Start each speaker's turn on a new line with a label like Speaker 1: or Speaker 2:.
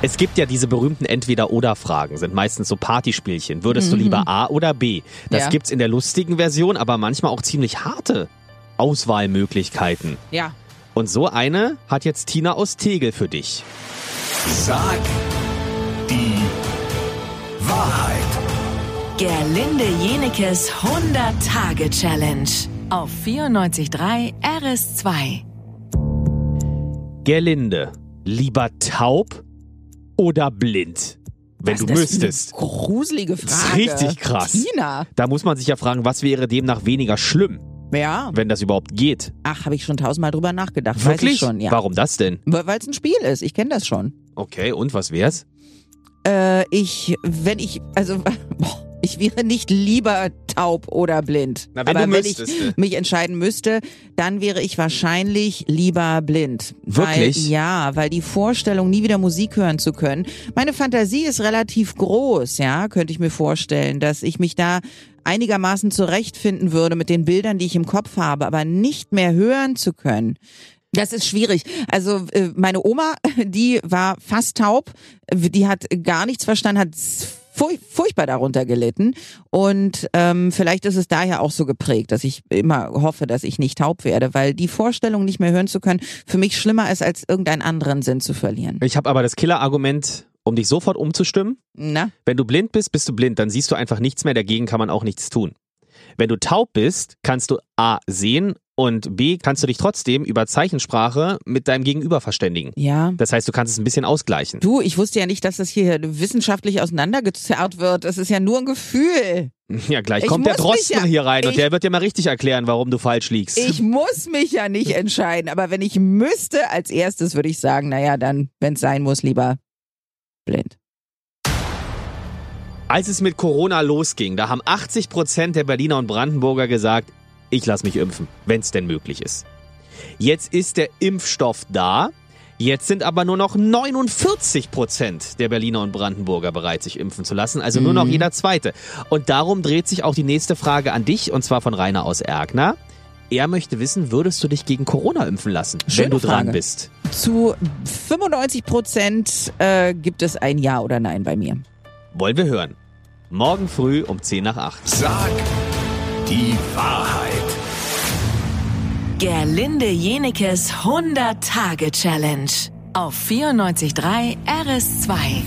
Speaker 1: Es gibt ja diese berühmten Entweder-Oder-Fragen, sind meistens so Partyspielchen. Würdest du lieber A oder B? Das
Speaker 2: Mhm. Ja.
Speaker 1: gibt's in der lustigen Version, aber manchmal auch ziemlich harte Auswahlmöglichkeiten.
Speaker 2: Ja.
Speaker 1: Und so eine hat jetzt Tina aus Tegel für dich.
Speaker 3: Sag die Wahrheit.
Speaker 4: Gerlinde Jenekes 100-Tage-Challenge auf 94.3 RS2.
Speaker 1: Gerlinde, lieber taub oder blind? Wenn
Speaker 2: Was
Speaker 1: du
Speaker 2: ist das
Speaker 1: müsstest.
Speaker 2: Für eine gruselige
Speaker 1: Das ist
Speaker 2: Frage.
Speaker 1: richtig krass.
Speaker 2: Tina.
Speaker 1: Da muss man sich ja fragen, was wäre demnach weniger schlimm,
Speaker 2: Ja.
Speaker 1: wenn das überhaupt geht?
Speaker 2: Ach, habe ich schon tausendmal drüber nachgedacht. Weiß ich
Speaker 1: Wirklich?
Speaker 2: schon, ja.
Speaker 1: Warum das denn?
Speaker 2: Weil es ein Spiel ist. Ich kenne das schon.
Speaker 1: Okay, und was wär's?
Speaker 2: Äh, ich, wenn ich, also, boah, ich wäre nicht lieber taub oder blind.
Speaker 1: Na, wenn
Speaker 2: Aber
Speaker 1: du
Speaker 2: wenn
Speaker 1: müsstest,
Speaker 2: ich
Speaker 1: ne?
Speaker 2: mich entscheiden müsste, dann wäre ich wahrscheinlich lieber blind. Weil,
Speaker 1: Wirklich?
Speaker 2: ja, weil die Vorstellung, nie wieder Musik hören zu können. Meine Fantasie ist relativ groß, ja, könnte ich mir vorstellen, dass ich mich da einigermaßen zurechtfinden würde mit den Bildern, die ich im Kopf habe, aber nicht mehr hören zu können. Das ist schwierig. Also äh, meine Oma, die war fast taub, die hat gar nichts verstanden, hat furch- furchtbar darunter gelitten und ähm, vielleicht ist es daher auch so geprägt, dass ich immer hoffe, dass ich nicht taub werde, weil die Vorstellung, nicht mehr hören zu können, für mich schlimmer ist, als irgendeinen anderen Sinn zu verlieren.
Speaker 1: Ich habe aber das Killer-Argument, um dich sofort umzustimmen.
Speaker 2: Na?
Speaker 1: Wenn du blind bist, bist du blind, dann siehst du einfach nichts mehr, dagegen kann man auch nichts tun. Wenn du taub bist, kannst du A sehen und B kannst du dich trotzdem über Zeichensprache mit deinem Gegenüber verständigen.
Speaker 2: Ja.
Speaker 1: Das heißt, du kannst es ein bisschen ausgleichen.
Speaker 2: Du, ich wusste ja nicht, dass das hier wissenschaftlich auseinandergezerrt wird. Das ist ja nur ein Gefühl.
Speaker 1: Ja, gleich
Speaker 2: Ich
Speaker 1: kommt der
Speaker 2: muss mich
Speaker 1: Drosten
Speaker 2: ja-
Speaker 1: hier rein und
Speaker 2: ich-
Speaker 1: der wird dir mal richtig erklären, warum du falsch liegst.
Speaker 2: Ich muss mich ja nicht entscheiden, aber wenn ich müsste, als erstes würde ich sagen, naja, dann, wenn es sein muss, lieber blind.
Speaker 1: Als es mit Corona losging, da haben 80 Prozent der Berliner und Brandenburger gesagt, ich lasse mich impfen, wenn es denn möglich ist. Jetzt ist der Impfstoff da. Jetzt sind aber nur noch 49 Prozent der Berliner und Brandenburger bereit, sich impfen zu lassen. Also nur noch
Speaker 2: Mhm.
Speaker 1: jeder Zweite. Und darum dreht sich auch die nächste Frage an dich, und zwar von Rainer aus Erkner. Er möchte wissen, würdest du dich gegen Corona impfen lassen,
Speaker 2: Schöne
Speaker 1: wenn du dran
Speaker 2: Frage.
Speaker 1: bist?
Speaker 2: Zu 95 Prozent äh, gibt es ein Ja oder Nein bei mir.
Speaker 1: Wollen wir hören. Morgen früh um 10 nach 8.
Speaker 3: Sag die Wahrheit.
Speaker 4: Gerlinde Jenekes 100-Tage-Challenge auf 94.3 RS2.